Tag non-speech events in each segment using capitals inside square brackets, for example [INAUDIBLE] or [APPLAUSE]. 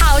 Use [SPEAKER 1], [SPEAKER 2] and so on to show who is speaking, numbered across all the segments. [SPEAKER 1] 好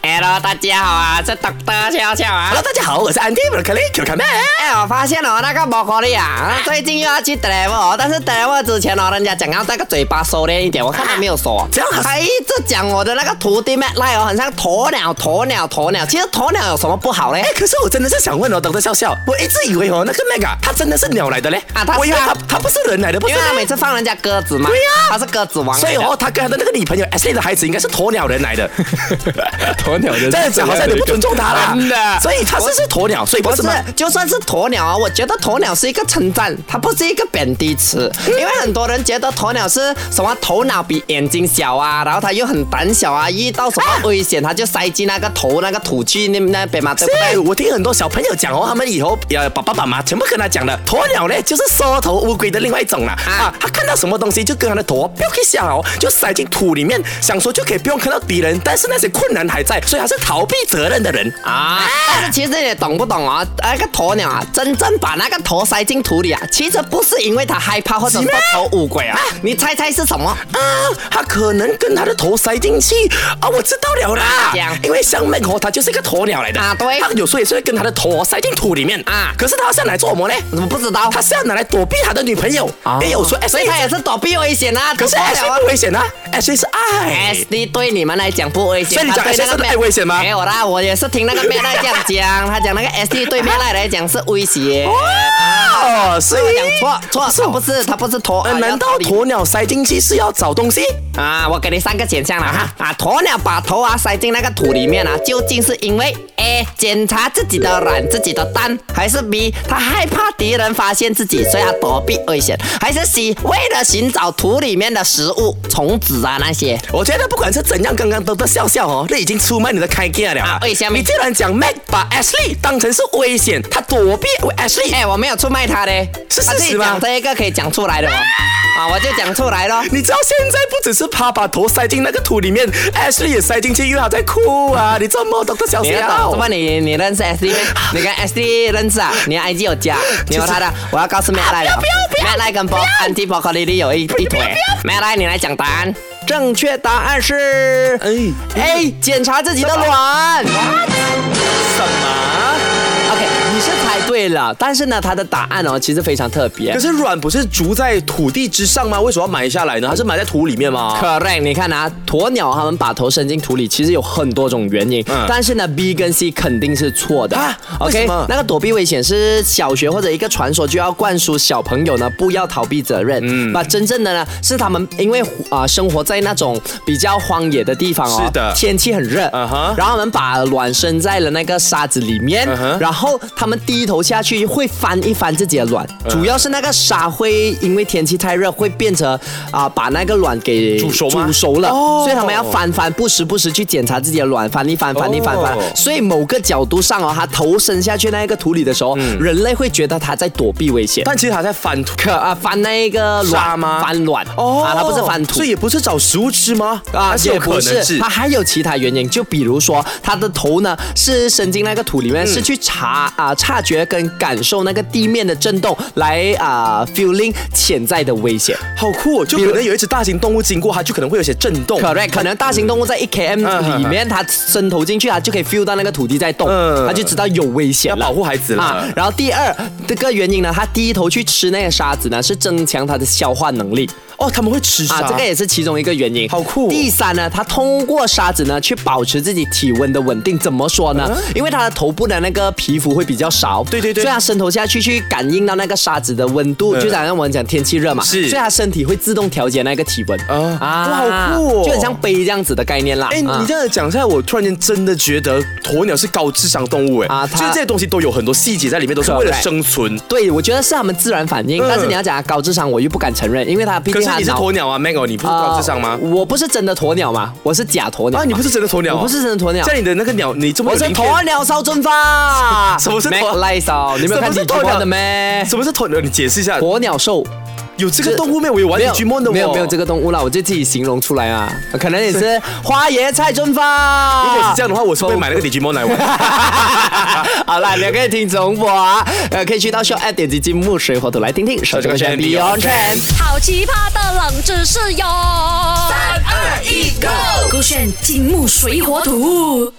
[SPEAKER 2] Hello，大家好啊，是 Doctor 笑笑啊。
[SPEAKER 3] Hello，大家好，我是 Andy Broccoli 巧克力。
[SPEAKER 2] 哎，我发现哦，那个宝可丽啊，最近又要去 d r i v e 但是 d r i v e 之前哦，人家讲要那个嘴巴收敛一点，我看他没有收哦。
[SPEAKER 3] 这样
[SPEAKER 2] 他一直讲我的那个徒弟 Matt Lie 哦，很像鸵鸟，鸵鸟，鸵鸟。其实鸵鸟有什么不好嘞
[SPEAKER 3] 哎，？可是我真的是想问哦，等着笑笑，我一直以为哦，那个 Meg 啊，他真的是鸟来的嘞。
[SPEAKER 2] 啊他是
[SPEAKER 3] 我以为
[SPEAKER 2] 啊
[SPEAKER 3] 他他不是人来的，不是
[SPEAKER 2] 因为他每
[SPEAKER 3] 嘞。
[SPEAKER 2] 次放人家鸽子嘛，
[SPEAKER 3] 对呀
[SPEAKER 2] 他是鸽子王来的。
[SPEAKER 3] 所以哦，他跟他的那个女朋友 S A 的孩子应该是鸵鸟人来
[SPEAKER 2] [LAUGHS]
[SPEAKER 3] 的。
[SPEAKER 4] 鸵鸟人
[SPEAKER 3] 这样子好像有点不尊重他啦。
[SPEAKER 2] 真的
[SPEAKER 3] 所以他是是鸵鸟，所以不
[SPEAKER 2] 不
[SPEAKER 3] 是
[SPEAKER 2] 是
[SPEAKER 3] 吗？，
[SPEAKER 2] 就算是鸵鸟啊，我觉得鸵鸟是一个称赞，它不是一个贬低词。因为很多人觉得鸵鸟是什么头脑比眼睛小啊，然后它又很胆小啊，遇到什么危险它就塞进那个头那个土去那那边嘛，对不对？
[SPEAKER 3] 哎对，我听很多小朋友讲哦，他们以后呃，爸爸妈妈全部跟他讲的，鸵鸟嘞就是缩头乌龟的另外一种啦。
[SPEAKER 2] 啊
[SPEAKER 3] 啊，他看到什么东西就跟他的头哦飙一下哦，就塞进土里面，想说就可以不用看到敌人，但是那些困难还在，所以他是逃避责任的人。
[SPEAKER 2] 啊！但是其实你懂不懂啊？那个鸵鸟啊，真正把那个头塞进土里啊，其实不是因为它害怕或者
[SPEAKER 3] 是
[SPEAKER 2] 是
[SPEAKER 3] 咩
[SPEAKER 2] 头乌龟啊，你猜猜是什么？
[SPEAKER 3] 啊，他可能跟他的头塞进去啊，我知道了啦
[SPEAKER 2] 这样。
[SPEAKER 3] 因为像麦哦，他就是一个鸵鸟来的
[SPEAKER 2] 啊对
[SPEAKER 3] 他有时候也是会跟他的头哦塞进土里面
[SPEAKER 2] 啊
[SPEAKER 3] 可是他是要拿来做什么呢？
[SPEAKER 2] 怎么不知道？
[SPEAKER 3] 他是要拿来躲避他的女朋友。
[SPEAKER 2] 啊
[SPEAKER 3] 因为有时候 S
[SPEAKER 2] 所以
[SPEAKER 3] A，
[SPEAKER 2] 它也是躲避危险啊。
[SPEAKER 3] 哎可是
[SPEAKER 2] 鸵
[SPEAKER 3] S
[SPEAKER 2] 鸟啊
[SPEAKER 3] A 不危险啊，S A 是爱。
[SPEAKER 2] S D 对你们来讲不危险，啊
[SPEAKER 3] 所以你讲
[SPEAKER 2] 他对
[SPEAKER 3] SD
[SPEAKER 2] 那个
[SPEAKER 3] 是太危险吗
[SPEAKER 2] 没有啦，我也是听那个妹来这样讲，他讲那个 S D 对妹来来讲是威胁。
[SPEAKER 3] 哦，所
[SPEAKER 2] 我
[SPEAKER 3] 以
[SPEAKER 2] 讲啊错错，
[SPEAKER 3] 是
[SPEAKER 2] 他不是他不是鸵，
[SPEAKER 3] 呃，
[SPEAKER 2] 啊
[SPEAKER 3] 难道
[SPEAKER 2] 要
[SPEAKER 3] 鸵鸟塞进去是要找东西？
[SPEAKER 2] 啊？我给你三个选项了哈啊！鸵鸟把头啊塞进那个土里面啊，究竟是因为 A 检查自己的卵、自己的蛋，还是 B 他害怕敌人发现自己，所以他躲避危险，还是 C 为了寻找土里面的食物、虫子啊那些？
[SPEAKER 3] 我觉得不管是怎样，刚刚都得笑笑哦，那已经出卖你的开价了啊
[SPEAKER 2] 啊为什么
[SPEAKER 3] 你既然讲 Mac 把 Ashley 当成是危险，他躲避 Ashley，、
[SPEAKER 2] [LAUGHS] 哎、我没有出卖他嘞，
[SPEAKER 3] 是
[SPEAKER 2] 他
[SPEAKER 3] 事
[SPEAKER 2] 自己
[SPEAKER 3] 实吗
[SPEAKER 2] 讲这一个可以讲出来的哦，啊，我就讲出来 [LAUGHS] 咯。
[SPEAKER 3] 你知道现在不只是他把头塞进那个土里面，Ashley 也塞进去，因为他在哭啊！你这么懂得笑
[SPEAKER 2] 你要
[SPEAKER 3] 笑
[SPEAKER 2] 懂，怎么你你认识 S D 吗？ [LAUGHS] 你跟 S D 认识啊？你的 I G 有 [LAUGHS] 加，你有他的。我要告诉 Matt 赖了，Matt 赖跟 Bob Andy b o c o l i 有一一腿。Matt 赖，你来讲答案。正确答案是
[SPEAKER 3] 哎
[SPEAKER 2] A，检查自己的卵。
[SPEAKER 3] 什么？
[SPEAKER 2] [LAUGHS] OK，你是猜对了，但是呢，它的答案哦其实非常特别
[SPEAKER 4] 可。是卵不是筑在土地之上吗？为什么要埋下来呢？它是埋在土里面吗？
[SPEAKER 2] Correct，你看啊，鸵鸟它们把头伸进土里，其实有很多种原因，
[SPEAKER 4] 嗯
[SPEAKER 2] 但是呢，B 跟 C 肯定是错的。
[SPEAKER 4] 啊为
[SPEAKER 2] OK，
[SPEAKER 4] 什么
[SPEAKER 2] 那个躲避危险是小学或者一个传说就要灌输小朋友呢，不要逃避责任。嗯，把真正的呢是他们因为啊、生活在那种比较荒野的地方哦，
[SPEAKER 4] 是的
[SPEAKER 2] 天气很热，
[SPEAKER 4] 嗯哼嗯
[SPEAKER 2] 然后他们把卵生在了那个沙子里面，然后他们低头下去会翻一翻自己的卵，
[SPEAKER 4] 嗯
[SPEAKER 2] 主要是那个沙会因为天气太热会变成啊、把那个卵给
[SPEAKER 4] 煮熟吗
[SPEAKER 2] 哎煮熟哦了，所以他们要翻翻，不时不时去检查自己的卵，翻一翻，翻一翻，
[SPEAKER 4] 哦
[SPEAKER 2] 翻一翻。所以某个角度上哦，它头伸下去那个土里的时候，人类会觉得它在躲避危险。
[SPEAKER 4] 但其实它在翻土。
[SPEAKER 2] 可啊，翻那个
[SPEAKER 4] 沙
[SPEAKER 2] 卵
[SPEAKER 4] 吗
[SPEAKER 2] 翻卵啊，它不是翻土，
[SPEAKER 4] 所以也不是找食物吃吗？
[SPEAKER 2] 啊，
[SPEAKER 4] 还是
[SPEAKER 2] 也
[SPEAKER 4] 有
[SPEAKER 2] 不
[SPEAKER 4] 可能
[SPEAKER 2] 是，
[SPEAKER 4] 是
[SPEAKER 2] 它。还有其他原因，就比如说它的头呢是伸进那个土里面，是去察啊、察觉跟感受那个地面的震动，来啊、feeling 潜在的危险。
[SPEAKER 4] 好酷、哦，就可能有一只大型动物经过，它就可能会有些震动。
[SPEAKER 2] Correct，可能大型动物在一 km
[SPEAKER 4] 嗯
[SPEAKER 2] 里面，它伸头进去，它就可以 feel 到那个土地在动，
[SPEAKER 4] 嗯
[SPEAKER 2] 它就知道有危险
[SPEAKER 4] 要
[SPEAKER 2] 了
[SPEAKER 4] 保。护孩子啦。
[SPEAKER 2] 啊，然后第二这个原因呢，它低头去吃那个沙子呢，是增强它的消化能力。
[SPEAKER 4] 哦，他们会吃
[SPEAKER 2] 啊
[SPEAKER 4] 沙。，
[SPEAKER 2] 这个也是其中一个原因。
[SPEAKER 4] 好酷哦
[SPEAKER 2] 第三呢，它通过沙子呢去保持自己体温的稳定。怎么说呢？因为它的头部的那个皮肤会比较少，
[SPEAKER 4] 嗯对对对嗯
[SPEAKER 2] 所以它伸头下去去感应到那个沙子的温度，就好像我们讲天气热嘛，
[SPEAKER 4] 是
[SPEAKER 2] 所以它身体会自动调节那个体温。
[SPEAKER 4] 啊哇好酷哦
[SPEAKER 2] 就很像杯这样子的概念啦。
[SPEAKER 4] 哎，
[SPEAKER 2] 啊
[SPEAKER 4] 你这样讲下来，我突然间真的觉得鸵鸟是高智商动物哎，
[SPEAKER 2] 啊
[SPEAKER 4] 就是
[SPEAKER 2] 它
[SPEAKER 4] 这些东西都有很多细节在里面，都是为了
[SPEAKER 2] Correct
[SPEAKER 4] 生存。
[SPEAKER 2] 对，我觉得是他们自然反应，
[SPEAKER 4] 嗯
[SPEAKER 2] 但是你要讲它高智商，我又不敢承认，因为它毕
[SPEAKER 4] 可
[SPEAKER 2] 竟
[SPEAKER 4] 是
[SPEAKER 2] 它
[SPEAKER 4] 你是
[SPEAKER 2] 脑
[SPEAKER 4] 鸵鸟啊，Mango，你不是
[SPEAKER 2] 啊
[SPEAKER 4] 高智商吗？
[SPEAKER 2] 我不是真的鸵鸟嘛，我是假鸵鸟
[SPEAKER 4] 啊，你不是真的鸵鸟啊？
[SPEAKER 2] 我不是真的鸵鸟
[SPEAKER 4] 像你的那个鸟，你这么
[SPEAKER 2] 我
[SPEAKER 4] 有
[SPEAKER 2] 是
[SPEAKER 4] 鳞片
[SPEAKER 2] 鸵鸟烧蒸饭，
[SPEAKER 4] 什么是鸵
[SPEAKER 2] 鸵鸟烧？你没有看
[SPEAKER 4] 什么是
[SPEAKER 2] 你
[SPEAKER 4] 鸵鸟
[SPEAKER 3] [LAUGHS]
[SPEAKER 2] 的咩？
[SPEAKER 3] 呃
[SPEAKER 4] 什么是鸵鸟？你解释一下。
[SPEAKER 2] 鸵鸟兽
[SPEAKER 3] 有这个动物没有？我有玩
[SPEAKER 2] 没有
[SPEAKER 3] Digimon 的哦，
[SPEAKER 2] 没有没有这
[SPEAKER 3] 个。
[SPEAKER 2] 个动物啦，我就自己形容出来啊，可能也是花椰菜蒸饭。
[SPEAKER 3] 如果是这样的
[SPEAKER 2] 啊
[SPEAKER 3] 话，我是会
[SPEAKER 2] 哦
[SPEAKER 3] 买那个 Digimon 来玩。
[SPEAKER 2] [LAUGHS] 好啦，你们可以听重播啊，呃，可以去到 show app 点击金木水火土来听听，手机
[SPEAKER 3] 这
[SPEAKER 2] 快
[SPEAKER 3] 个是
[SPEAKER 2] 选 Beyond Trend。
[SPEAKER 1] 好奇葩的冷知识哟！三二一，Go！勾选金木水火土。